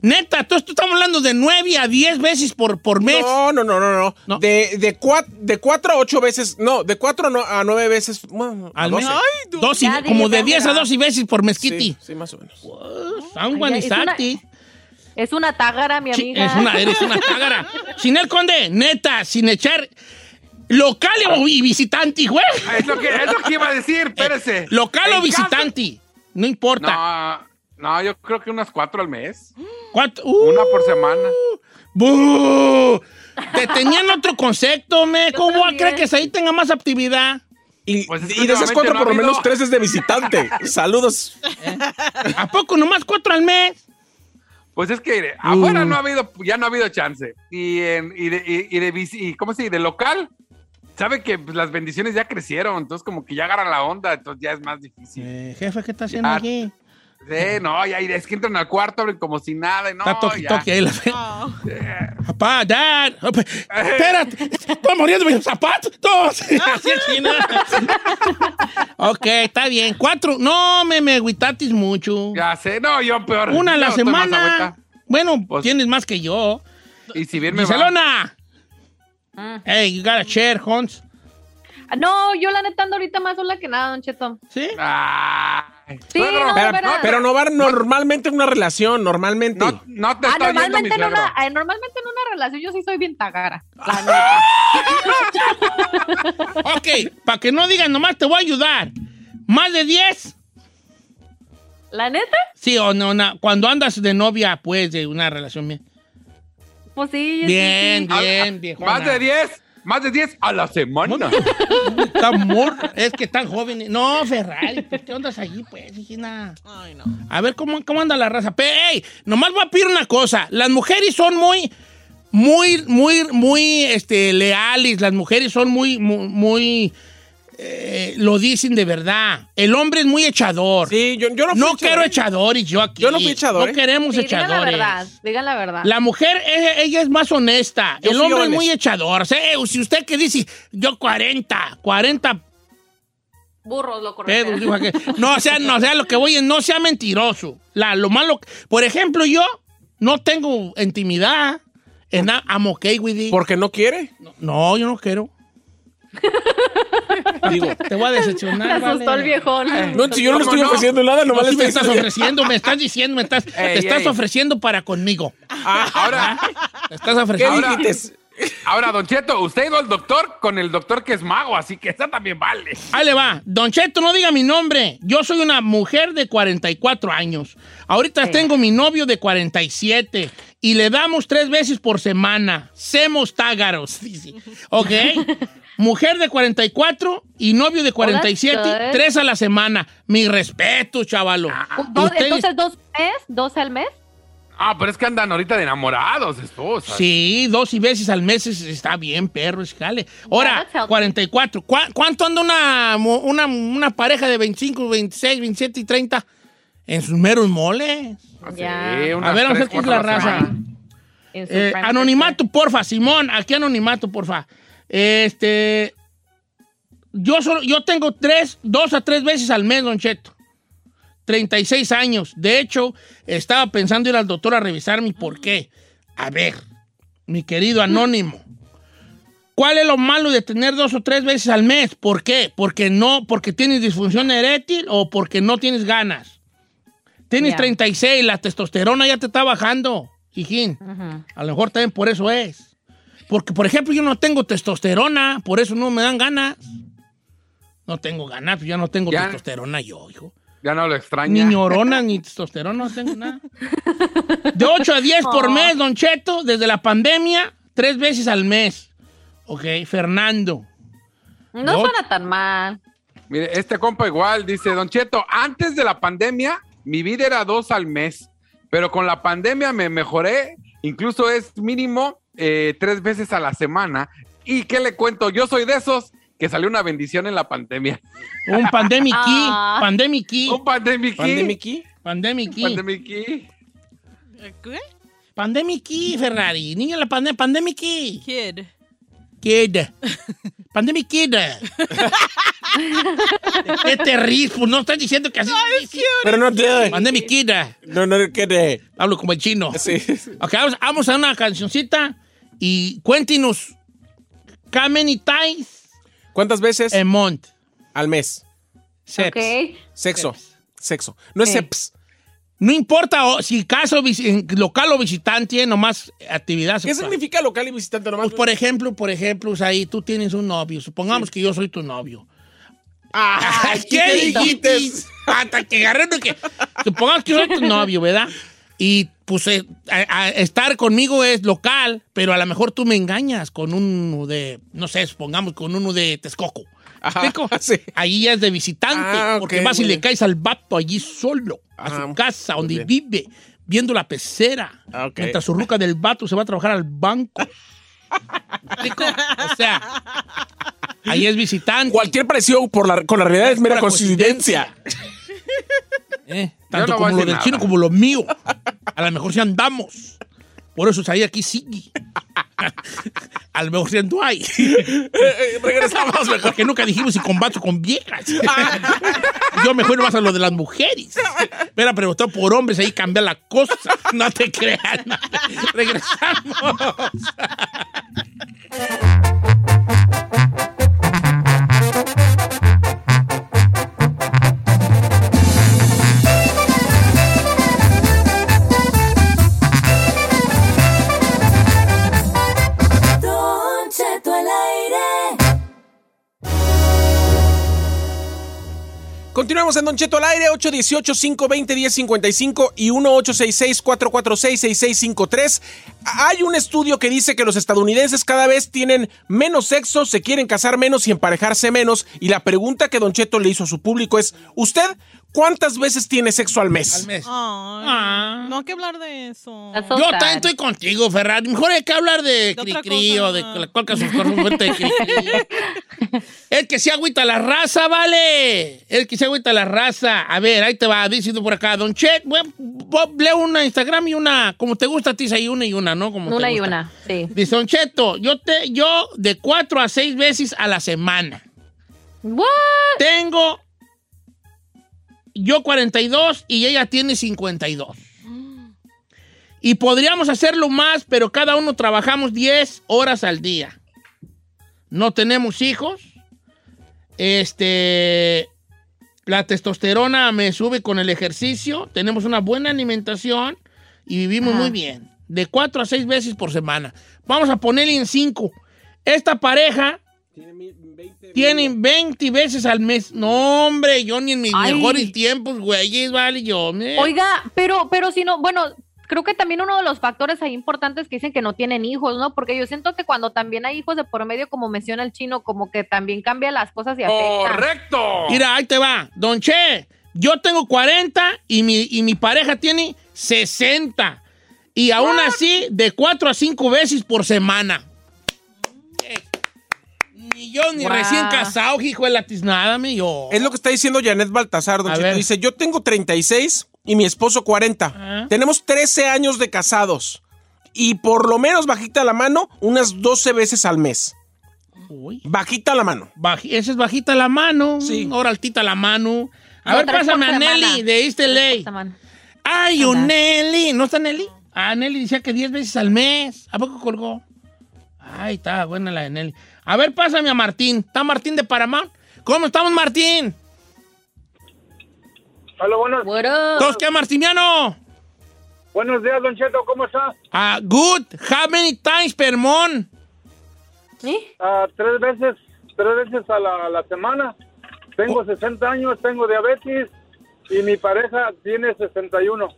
neta, entonces tú estamos hablando de 9 a 10 veces por, por mes. No, no, no, no, no. No. De, de, cua- de cuatro a ocho veces, no, de cuatro a no- a nueve veces. Bueno, a al mes. doce. Dos y- Ya dile, como de ya 10 a dile. 12 veces por mes, Kitty. Sí, sí, más o menos. San es una- Guanizati. Es una tágara, mi Sí, amiga. es una, eres una cágara. Chinel Conde, neta, sin echar local o- y visitante, güey. Eh, Es lo, que, es lo que iba a decir, espérese. Local o En casa- visitante, no importa. No, no, yo creo que unas cuatro al mes. ¿Cuánto? Una Uh. por semana. ¡Bú! Te tenían otro concepto, me. Yo ¿Cómo va a también. creer que ahí tenga más actividad? Y, Pues es que y de esas últimamente cuatro, no ha por lo habido. menos tres es de visitante. Saludos. ¿A poco nomás cuatro al mes? Uh. Pues es que afuera no ha habido, ya no ha habido chance. Y, en- y de, y- y de visi- y ¿cómo se dice? De local, sabe que pues, las bendiciones ya crecieron, entonces como que ya agarran la onda, entonces ya es más difícil. Eh, jefe, ¿qué está haciendo Ya, aquí? Sí, no, ya y es que entran al cuarto, abren como si nada. y No, está toqui ya. toqui ahí la Oh. Eh, Papá, dad. Opa, Espérate. Estoy muriendo mis zapatos. Ah, Así es, sí, no. ok, está bien. Cuatro. No, me, me agüitatis mucho. Ya sé, no, yo peor. Una a la Yo estoy más semana. agüita. Pues Bueno, tienes más que yo. Y si bien me va- Ah. Barcelona. Hey, you gotta share, Hans. Ah, No, yo la neta ando ahorita más sola que nada, don Cheto. ¿Sí? Sí, no, pero, verá. pero no va normalmente en una relación, normalmente. No, te Ah, normalmente en, una, ah, normalmente en una relación yo sí soy bien tagara. Ok, para que no digan nomás te voy a ayudar. ¿Más de 10? ¿La neta? Sí o no, na- cuando andas de novia, pues, de una relación mía. Pues sí. sí, Bien, sí. bien, viejona. Más de 10, más de 10 a la semana. Está mor- es que están jóvenes. No, Ferrari, pues, ¿qué andas allí, pues, hijina? A ver cómo, cómo anda la raza. Pero, ey, nomás voy a pedir una cosa. Las mujeres son muy, muy, muy, muy este, leales. Las mujeres son muy, muy, muy, eh, lo dicen de verdad. El hombre es muy echador. Sí, yo, no quiero echadores yo aquí. Yo no fui echador, No ¿eh? queremos Sí, digan la echadores. verdad, digan la verdad. La mujer, eh, ella es más honesta. Yo el soy hombre es honest. muy echador. O sea, eh, si usted que dice, yo 40, 40 Burros lo correcto. pedos, Eh, dijo aquel. No, o sea, no, o sea, lo que voy es, no sea mentiroso. La, lo malo, por ejemplo, yo no tengo intimidad. Es na- I'm okay with it. Porque no quiere. No, yo no quiero. Digo, te voy a decepcionar. Me asustó vale. el viejón. No, si yo no le estoy ofreciendo nada, No, nomás sí le me estoy estás ofreciendo, me estás diciendo, me estás, te Ey, estás ey. ofreciendo para conmigo. Ah, ahora, Te estás ofreciendo. ahora, ahora, Don Cheto, usted ha ido al doctor con el doctor que es mago, así que esa también vale. Ahí le va. Don Cheto, no diga mi nombre. Yo soy una mujer de 44 años. Ahorita tengo mi novio de 47 y le damos tres veces por semana. Semos tágaros. dice. ¿Ok? Mujer de 44 y novio de 47, good. tres a la semana. Mi respeto, chavalo. Dos- Ustedes- entonces, dos mes, dos al mes. Ah, pero es que andan ahorita de enamorados, esposa. Sí, dos y veces al mes es- está bien, perro, es jale. Ahora, that's healthy. 44. ¿Cuá- ¿Cuánto anda una, mo- una, una pareja de 25, 26, 27 y 30 en sus meros moles? Ya. A ver, vamos a ver qué es la raza. en su Eh, prime. anonimato, porfa, Simón. Aquí anonimato, porfa. Este. Yo, solo, yo tengo tres, dos a tres veces al mes, Don Cheto. 36 años. De hecho, estaba pensando ir al doctor a revisar mi por qué. A ver, mi querido anónimo. ¿Cuál es lo malo de tener dos o tres veces al mes? ¿Por qué? ¿Porque no? ¿Porque tienes disfunción erétil o porque no tienes ganas? Tienes Ya. 36, la testosterona ya te está bajando, hijín. Ujú. A lo mejor también por eso es. Porque, por ejemplo, yo no tengo testosterona, por eso no me dan ganas. No tengo ganas, yo no tengo Ya. testosterona yo, hijo. Ya no lo extraña. Ni ñorona, ni testosterona, no tengo nada. De 8 a 10 por mes, Don Cheto, desde la pandemia, tres veces al mes. Ok, Fernando. No No. suena tan mal. Mire, este compa igual dice, Don Cheto, antes de la pandemia mi vida era dos al mes, pero con la pandemia me mejoré, incluso es mínimo eh, tres veces a la semana. ¿Y qué le cuento? Yo soy de esos que salió una bendición en la pandemia. Un pandemic key, Ah. pandemic key, Un pandemic. ¿Pandemiki? pandemic key. Pandemic. ¿Qué? Pandemic key, Ferrari. Niña, la pandemia, pandemic key. Kid. Kid. Pandemic Kid. ¿Qué te ríes? Pues no estás diciendo que así. se dice. Pero no te. Pandemic Kid. No, no quiere. Hablo como el chino. Sí. Ok, vamos, vamos a una cancioncita y cuéntenos. How many times ¿Cuántas veces a month? al mes? Seps. Ok. Sexo. Sexo. No es Sí. seps. No importa o- si caso visi- en local o visitante, nomás actividad ¿Qué sexual. significa local y visitante nomás? Pues, por ejemplo, por ejemplo, o sea, ahí tú tienes un novio. Supongamos que yo soy tu novio. Ah, ¿Qué dijiste? Hasta que agarrando que. Supongamos que soy tu novio, ¿verdad? Y pues eh, a- a- estar conmigo es local, pero a lo mejor tú me engañas con uno de, no sé, supongamos con uno de Texcoco. Ajá, ¿Explico? sí. Ahí ya es de visitante, Ah, porque ok, vas y muy le bien. caes al vato allí solo, a Ah, su muy casa, donde bien. vive, viendo la pecera, Ah, ok. mientras su ruca del vato se va a trabajar al banco. ¿Explico? O sea, ahí es visitante. Cualquier parecido por la- con la realidad es mera Pura coincidencia. Eh, tanto no voy como a lo decir del nada. chino como lo mío. A lo mejor si andamos. Por eso salí aquí sí. Al mejor siendo hay. Eh, regresamos mejor. Porque nunca dijimos si combato con viejas. Yo mejor vas a lo de las mujeres. Me era preguntado por hombres, ahí cambia la cosa. No te crean. Regresamos. Don Cheto al aire. Continuamos en Don Cheto al aire, 818-520-1055 y 1-866-446-6653. Hay un estudio que dice que los estadounidenses cada vez tienen menos sexo, se quieren casar menos y emparejarse menos. Y la pregunta que Don Cheto le hizo a su público es, ¿usted cuántas veces tiene sexo al mes? Al mes. Ah. Ay, No hay que hablar de eso. Yo también estoy contigo, Ferrari. Mejor hay que hablar de Cricri o de la- cuál que sus cuerpos fuerte de Cricri. El que se agüita la raza, vale. El que se agüita la raza. A ver, ahí te va diciendo por acá, Don Chet. bueno, Bob, leo una Instagram y una, como te gusta a ti, hay una y una, ¿no? Como te Una y gusta. una, sí. Dice Don Cheto, yo, te, yo de cuatro a seis veces a la semana. What? Tengo yo 42 y ella tiene 52. Y podríamos hacerlo más, pero cada uno trabajamos 10 horas al día. No tenemos hijos. Este, la testosterona me sube con el ejercicio. Tenemos una buena alimentación y vivimos muy bien. De 4 a 6 veces por semana. Vamos a ponerle en 5. Esta pareja tienen 20 veces al mes. No, hombre, yo ni en mis Ay. mejores tiempos, güeyes, vale, yo. me- Oiga, pero, pero si no, bueno, creo que también uno de los factores ahí importantes que dicen que no tienen hijos, ¿no? Porque yo siento que cuando también hay hijos de por medio, como menciona el chino, como que también cambia las cosas y afecta. ¡Correcto! Mira, ahí te va. Don Che, yo tengo 40 y mi, y mi pareja tiene 60. Y aún así, de 4 a 5 veces por semana. Ni yo, ni Guau. recién casado, hijo de la tiznada, mi yo. Es lo que está diciendo Janet Baltasar, don A Cheto. ver. Dice, yo tengo 36 y mi esposo 40. Ah. Tenemos 13 años de casados. Y por lo menos, bajita la mano, unas 12 veces al mes. Uy. Bajita la mano. Baj- esa es bajita la mano. Ahora altita la mano. A No, ver, tres por pásame a semana. Nelly de East LA. Ay, un Nelly. ¿No está Nelly? Ah, Nelly decía que 10 veces al mes. ¿A poco colgó? Ay, está buena la de Nelly. A ver, pásame a Martín. ¿Está Martín de Paramount? ¿Cómo estamos, Martín? Hola, buenos. ¿Todos qué, Martiniano? Buenos días, Don Cheto, ¿cómo está? Ah, good. How many times per month? Ah, tres veces, tres veces a la, a la semana. Tengo Oh. 60 años, tengo diabetes y mi pareja tiene 61.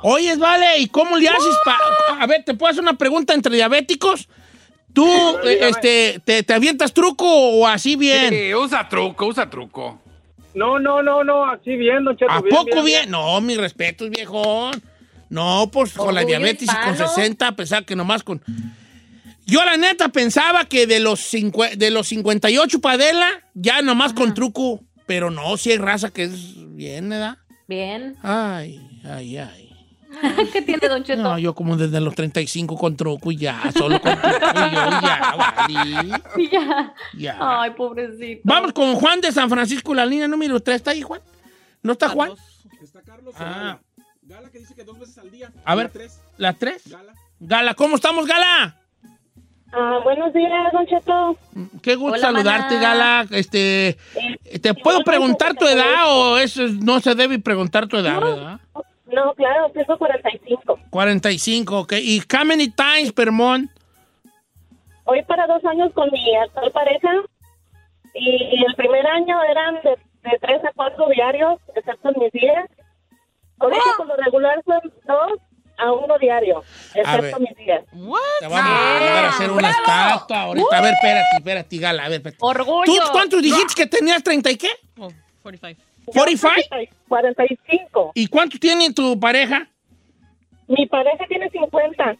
Oye, vale, ¿y cómo le haces pa- A ver, ¿te puedo hacer una pregunta entre diabéticos? ¿Tú eh, dígame. este, te, te avientas truco o así bien? Sí, Eh, usa truco, usa truco. No, no, no, no, así bien, Don Cheto. ¿A bien, poco bien, bien, bien. No, mis respetos, viejón. No, pues con la Orgullo diabetes y con hispano. 60, pensaba que nomás con... Yo la neta pensaba que de los, cincu- de los 58 padela, ya nomás con truco. Pero no, si hay raza que es bien, ¿verdad? Bien. Ay, ay, ay. ¿Qué tiene Don Cheto? No, yo como desde los 35 con truco y ya, solo con truco y yo ya, valí, Ya. ya. Ay, pobrecito. Vamos con Juan de San Francisco, la línea número 3. ¿Está ahí, Juan? ¿No está Juan? Ah. eh, Gala que dice que dos veces al día. A ver, ¿la 3? Gala. ¿cómo estamos, Gala? Ah, buenos días, Don Cheto. Qué gusto Hola, saludarte, maná. Gala. Este, ¿Te puedo preguntar tu edad o eso es- no se debe preguntar tu edad, verdad? No, claro, peso 45. 45, ok. ¿Y how many times per month? Hoy para dos años con mi actual pareja y el primer año eran de, de tres a cuatro diarios, excepto mis días. Ahorita por lo regular son dos a uno diario, excepto ver. mis días. Te vamos Ah. a mandar a hacer Ah, una estatua ahorita. A ver, espérate, espérate, Gala. A ver, espérate. Orgullo. ¿Tú cuántos dijiste que tenías? ¿30 y qué? 45. ¿45? 45. ¿Y cuánto tiene tu pareja? Mi pareja tiene 50.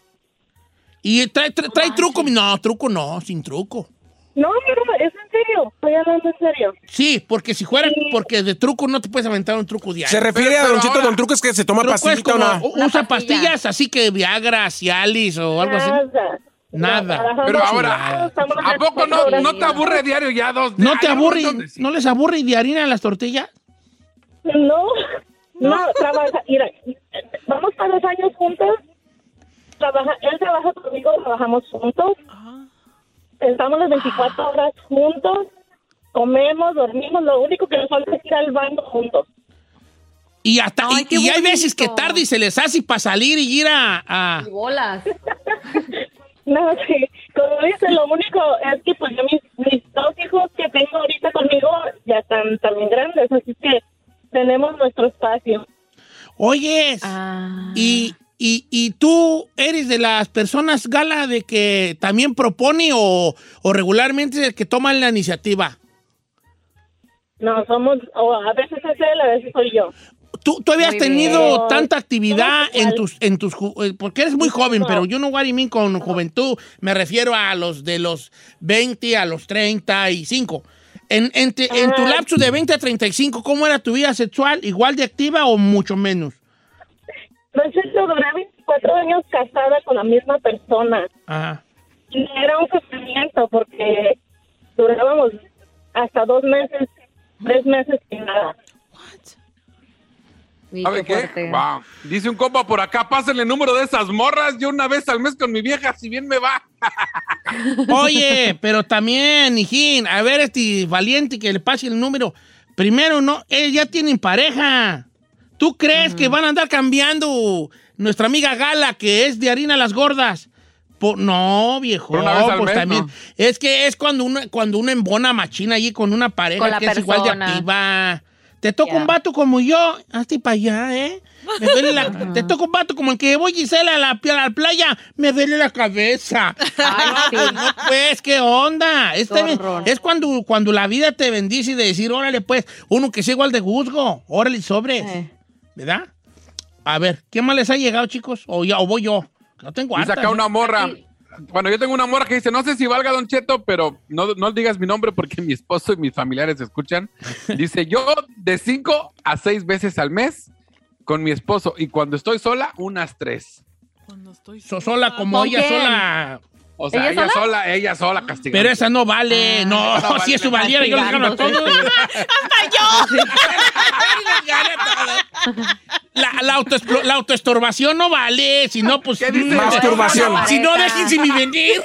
¿Y trae, tra- trae truco? No, truco no, sin truco. No, pero es en serio. Estoy hablando en serio. Sí, porque si fuera, porque de truco no te puedes aventar un truco diario. Se refiere a Don Cheto, Don Truco es que se toma Truco es pastillita o como- no. u- Usa pastillas así que Viagra, Cialis o algo así. Nada. Nada. Pero ahora, Chulada. ¿a poco no, no te aburre diario ya dos? ¿No te aburre, no les aburre de harina las tortillas? No, no, trabaja. Mira, vamos para dos años juntos. Trabaja, él trabaja conmigo, trabajamos juntos. Ah. Estamos las 24 horas juntos. Comemos, dormimos. Lo único que nos falta es ir al baño juntos. Y hasta y, y hay veces que tarde y se les hace para salir y ir a, a- bolas. No, sí. Como dices, lo único es que pues yo mis, mis dos hijos que tengo ahorita conmigo ya están también grandes, así que tenemos nuestro espacio. Oyes. Y, y, y tú eres de las personas, Gala, de que también propone o, o regularmente es el que toma la iniciativa. No, somos, o a veces es él, a veces soy yo. ¿Tú, tú habías Muy tenido bien. tanta actividad en tus, en tus ju- eh, porque eres muy joven, pero yo no what I mean con juventud, me refiero a los de los 20 a los 35. En, en, te- en tu Ah. lapso de 20 a 35, ¿cómo era tu vida sexual? ¿Igual de activa o mucho menos? Entonces yo duré 24 años casada con la misma persona. Ajá. Y era un sufrimiento porque durábamos hasta dos meses, tres meses sin nada. ¿Sabe qué? Wow. Dice un compa por acá, pásenle el número de esas morras. Yo una vez al mes con mi vieja, si bien me va. Oye, pero también, hijín, a ver este valiente que le pase el número. Primero, no, eh, ya tienen pareja. ¿Tú crees que van a andar cambiando nuestra amiga Gala, que es de harina las gordas? Po- no, viejo, Pero una vez al pues mes, también. ¿no? Es que es cuando uno, cuando uno embona machina allí con una pareja Con la que es igual de persona. activa. Te toca un vato como yo, hazte para allá, ¿eh? Me duele la- te toca un vato como el que voy Gisela a la, a la playa, me duele la cabeza. No, no, pues, ¿qué onda? Este, es cuando, cuando la vida te bendice y de decir, órale, pues, uno que sea igual de juzgo, órale, sobres. Eh. ¿Verdad? A ver, ¿qué más les ha llegado, chicos? O, ya, o voy yo. No tengo Y hartas, saca ¿eh? una morra. Bueno, yo tengo una morra que dice, no sé si valga Don Cheto, pero no, no digas mi nombre porque mi esposo y mis familiares escuchan. Dice, yo de cinco a seis veces al mes con mi esposo y cuando estoy sola, unas tres. So- sola como ¿Con ella quién? sola. O sea, ella, sola? Ah. ella sola castigada. Pero esa no vale. no, si eso valiera, yo les gano a todos. ¡Hasta yo! La, la, autoexplo- la autoestorbación no vale. Si no, pues. Masturbación. Si no, dejen sin mi venir.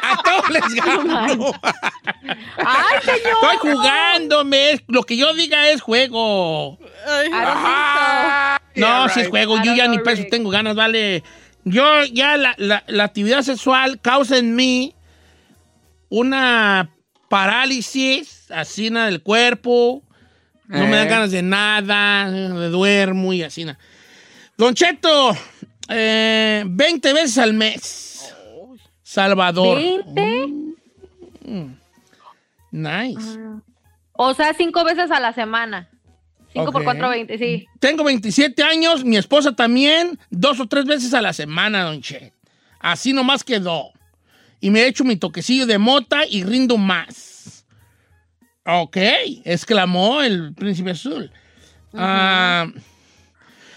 a todos les gano. ¡Ay, señor! Estoy jugándome. es- Lo que yo diga es juego. No, si es juego. Yo ya ni peso tengo ganas, vale. Yo ya la, la- la actividad sexual causa en mí una parálisis así na, del cuerpo. No me dan Eh. ganas de nada, me duermo y así. na. Don Cheto, eh, 20 veces al mes. Salvador. Mm. ¿20? Nice. O sea, cinco veces a la semana. Cinco por Ok. cuatro, veinte, sí. Tengo 27 años, mi esposa también, dos o tres veces a la semana, don Che. Así nomás quedó. Y me echo mi toquecillo de mota y rindo más. Ok, exclamó el príncipe azul. Ah,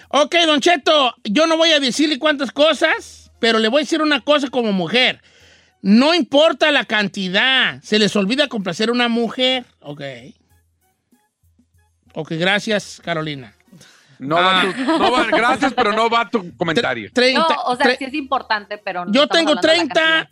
ok, don Cheto, yo no voy a decirle cuántas cosas, pero le voy a decir una cosa como mujer. No importa la cantidad, se les olvida complacer a una mujer. Ok. Ok, gracias, Carolina. No va tu- no va- gracias, pero no va tu comentario. No, 30, o sea, tre- sí es importante, pero no. yo estamos tengo hablando de la 30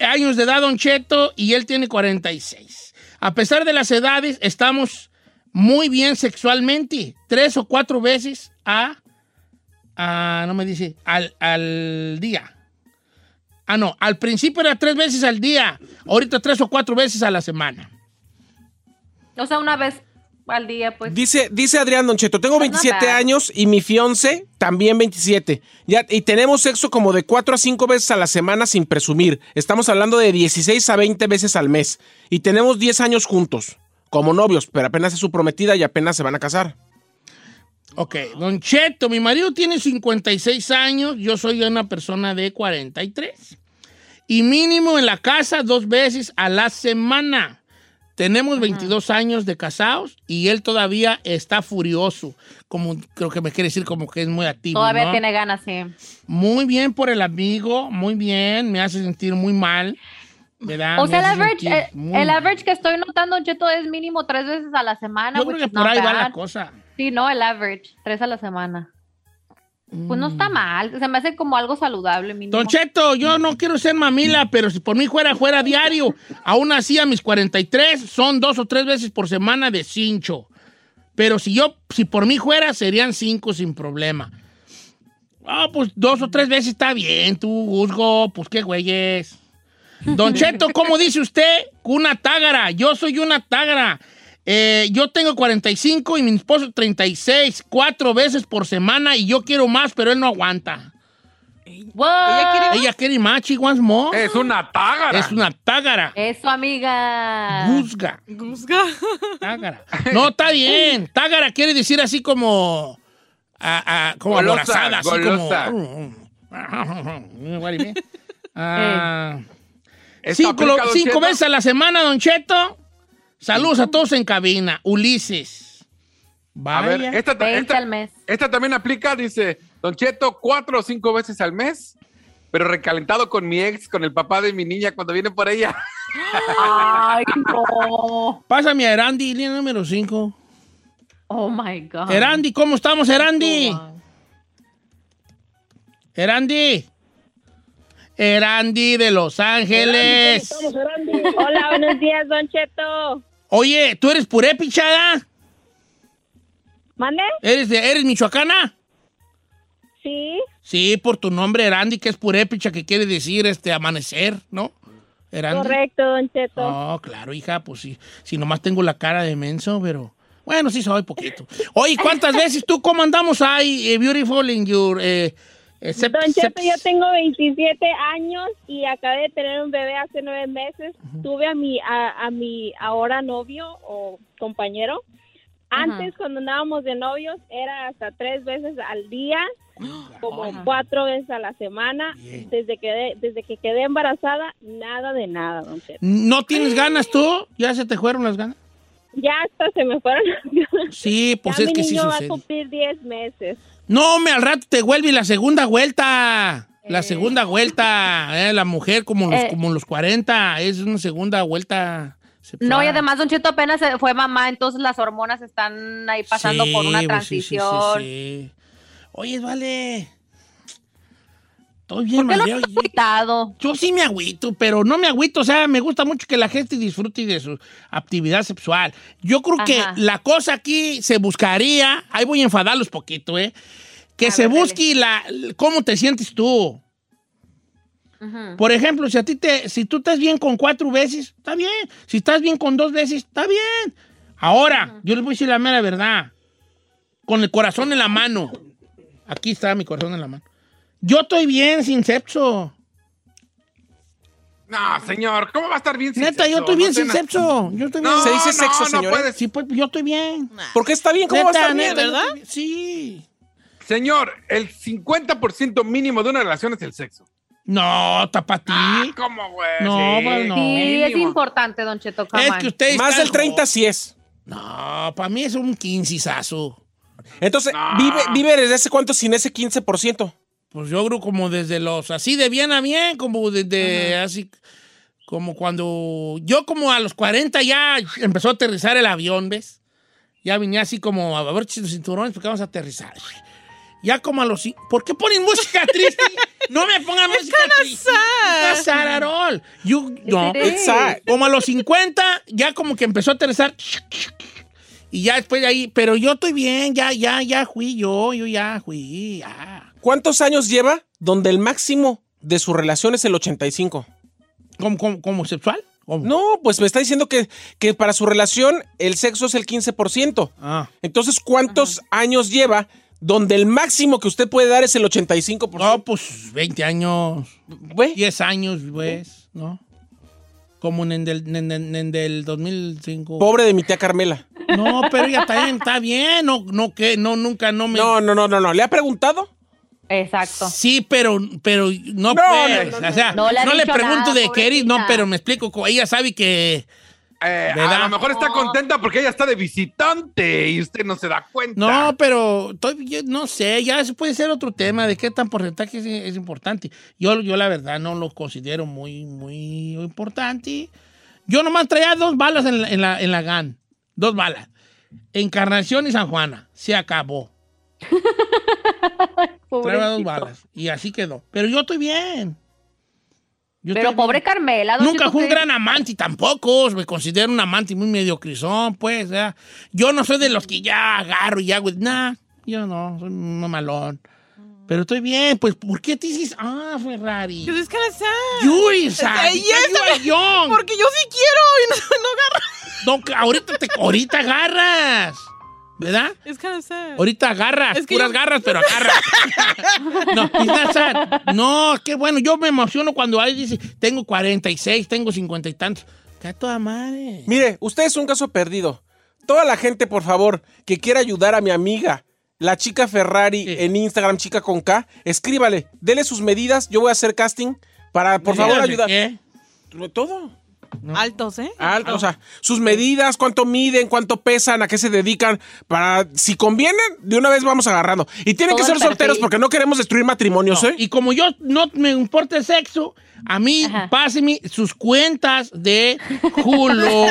años de edad, Don Cheto, y él tiene 46. A pesar de las edades, estamos muy bien sexualmente. Tres o cuatro veces a. a- no me dice. Al, al día. Ah, no. Al principio era tres veces al día. Ahorita tres o cuatro veces a la semana. cantidad. O sea, una vez al día, pues. Dice, dice Adrián Don Cheto, tengo Pues no 27 bad. años y mi fiance también 27. Ya, y tenemos sexo como de 4 a 5 veces a la semana sin presumir. Estamos hablando de 16 a 20 veces al mes. Y tenemos 10 años juntos, como novios, pero apenas es su prometida y apenas se van a casar. Ok, Don Cheto, mi marido tiene 56 años, yo soy una persona de 43. y mínimo en la casa dos veces a la semana. Tenemos 22 años de casados y él todavía está furioso. Como creo que me quiere decir como que es muy activo. Todavía ¿no? tiene ganas, sí. Muy bien por el amigo, muy bien. Me hace sentir muy mal. ¿verdad? o Me sea, el hace average, sentir eh, muy el mal. average que estoy notando, Don Cheto, es mínimo tres veces a la semana. Yo which creo is que por not ahí va la bad. cosa. Sí, no, el average, tres a la semana. Pues no Mm. está mal, se me hace como algo saludable mínimo. Don Cheto, yo no quiero ser mamila, pero si por mí fuera, fuera diario. Aún así, a mis 43 son dos o tres veces por semana de cincho. Pero si yo, si por mí fuera, serían cinco sin problema. Ah, pues dos o tres veces está bien, tú, Guzgo, pues qué güeyes. Don Cheto, ¿cómo dice usted? Una tágara, yo soy una tágara. Eh, yo tengo 45 y mi esposo 36, cuatro veces por semana y yo quiero más, pero él no aguanta. Ella quiere, Ella quiere más, she wants more. Es una tágara. Es una tágara. Eso, amiga. Guzga. Tágara. No, está bien. Tágara quiere decir así como. a- a- como uh, Golosa, aborazada, así golosa. como. What do you mean? Ah, Esta cinco aplica, Don cinco Cheto. veces a la semana, Don Cheto. Saludos a todos en cabina. Ulises. A Vaya. ver, esta, ta- esta- esta también aplica, dice Don Cheto, cuatro o cinco veces al mes, pero recalentado con mi ex, con el papá de mi niña cuando viene por ella. Ay, no. Pásame a Erandi, línea número 5. Oh my God. Erandi, ¿cómo estamos, Erandi? Erandi. Erandi de Los Ángeles. Hola, buenos días, Don Cheto. Oye, ¿tú eres puré, pichada? ¿Mande? ¿Eres, de, ¿Eres michoacana? Sí. Sí, por tu nombre, Erandi, que es puré, picha, que quiere decir este amanecer, ¿no? Erandi. Correcto, Don Cheto. No, claro, hija, pues sí. Si nomás tengo la cara de menso, pero. Bueno, sí soy poquito. Oye, ¿cuántas veces tú cómo andamos ahí, eh, Beautiful in your. eh, eh, sep- Don Cheto, sep- yo tengo 27 años y acabé de tener un bebé hace nueve meses. Tuve a mi, a, a mi ahora novio o compañero. Antes, cuando andábamos de novios, era hasta tres veces al día, como cuatro veces a la semana. Desde que, de- desde que quedé embarazada, nada de nada, don Cheto. ¿No tienes ganas tú? ¿Ya se te fueron las ganas? Ya hasta se me fueron. Sí, pues ya es mi que sí niño va a sucede. cumplir 10 meses. No, me al rato te vuelve la segunda vuelta. La segunda vuelta. eh, la mujer, como los, Eh. como los 40, es una segunda vuelta. sexual. No, y además Don Cheto apenas eh, fue mamá, entonces las hormonas están ahí pasando Sí, por una pues, sí, sí, sí, transición. sí. Oye, vale. Estoy bien, ¿Por qué no madreado. estás agüitado? Yo sí me agüito, pero no me agüito. O sea, me gusta mucho que la gente disfrute de su actividad sexual. Yo creo que Ajá. la cosa aquí se buscaría, ahí voy a enfadarlos poquito, ¿eh? Que se busque la, cómo te sientes tú. Por ejemplo, si a ti te, si tú estás bien con cuatro veces, está bien. Si estás bien con dos veces, está bien. Ahora, yo les voy a decir la mera verdad. Con el corazón en la mano. Aquí está mi corazón en la mano. Yo estoy bien sin sexo. No, Ah, señor, ¿cómo va a estar bien sin Neta, yo sexo? estoy bien No sin tiene- sexo. Yo estoy No, bien. Se dice no, sexo, no señora. Ah. puedes. Sí, pues yo estoy bien. ¿Por qué está bien? ¿Cómo va a Neta, estar bien? neta, yo ¿Verdad? estoy bien. Sí. Señor, el 50% mínimo de una relación es el sexo. No, tapatí. ¿Cómo, güey? No, pues, no. Sí, es importante, Don Cheto. come Es on. que ustedes Más están del 30 sí es. No, para mí es un 15 Entonces, vive, vive desde hace cuánto sin ese 15%. Pues yo creo como desde los, así de bien a bien, como desde así, como cuando, yo como a los 40 ya empezó a aterrizar el avión, ¿ves? Ya venía así como, a ver si los cinturones, porque vamos a aterrizar. Ya como a los, cin- ¿por qué ponen música triste? No me pongan música triste. It's not sad at all. You, no, it is. It's sad. Como a los 50 ya como que empezó a aterrizar. Y ya después de ahí, pero yo estoy bien, ya, ya, ya fui yo, yo ya fui, ah, ya. ¿Cuántos años lleva donde el máximo de su relación es el 85? ¿Como, sexual? No, pues me está diciendo que, que para su relación el sexo es el 15%. Ah. Entonces, ¿cuántos años lleva donde el máximo que usted puede dar es el 85%? No, pues 20 años, 10 años, pues, ¿no? Como en el, en el- en el 2005. Pobre de mi tía Carmela. No, pero ya está bien, está bien, no, no, que, no, nunca, no me... No, no, no, no, no. ¿Le ha preguntado? Exacto. Sí, pero, pero no, puedes. o sea, no, no le ha le dicho pregunto nada, de qué eres, no, pobrecita. pero me explico. co- Ella sabe que. a lo mejor está contenta porque ella está de visitante y usted no se da cuenta. No, pero estoy- yo no sé, ya eso puede ser otro tema de qué tan porcentaje es, es importante. Yo, yo la verdad no lo considero muy, muy importante. Yo nomás traía dos balas en la, en la, en la GAN, dos balas. Encarnación y San Juana, se acabó. Traía dos balas y así quedó. Pero yo estoy bien. Yo Pero estoy pobre Carmela. don Nunca Cheto, fui un que- gran amante tampoco, me considero un amante muy mediocrisón, pues. o sea, yo no soy de los que ya agarro y hago, nah, yo no, soy un mamalón. Pero estoy bien, pues, ¿por qué te dices, ah, Ferrari? Because it's kinda sad. You is sad, Eh, because you are young. Porque yo sí quiero y no, no agarro. No, que ahorita te, ahorita agarras, ¿verdad? It's kinda sad. Ahorita agarras, Es que puras yo- garras, pero agarras. no, it's not sad. no, qué bueno, yo me emociono cuando alguien dice, tengo 46, tengo 50 y tantos. Está toda madre. Mire, usted es un caso perdido. Toda la gente, por favor, que quiera ayudar a mi amiga, la chica Ferrari en Instagram, chica con K, escríbale, dele sus medidas, yo voy a hacer casting para, por favor, ¿Medidas de ayudar. qué? Todo. Ah, Altos, ¿eh? ah. Alto, o sea, sus medidas, cuánto miden, cuánto pesan, a qué se dedican, para si convienen, de una vez vamos agarrando. Y tienen Todo que ser el perfil. solteros porque no queremos destruir matrimonios, ¿eh? Y como yo no me importa el sexo, a mí páseme sus cuentas de Hulu,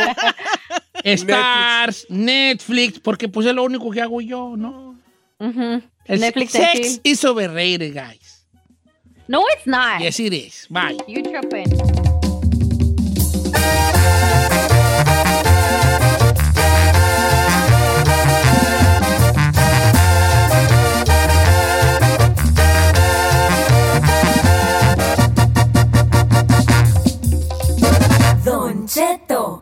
Stars, Netflix. porque pues es lo único que hago yo, ¿no? El Netflix and sex is overrated, guys. No, it's not. Yes, it is. Bye. You tripping. Don Cheto,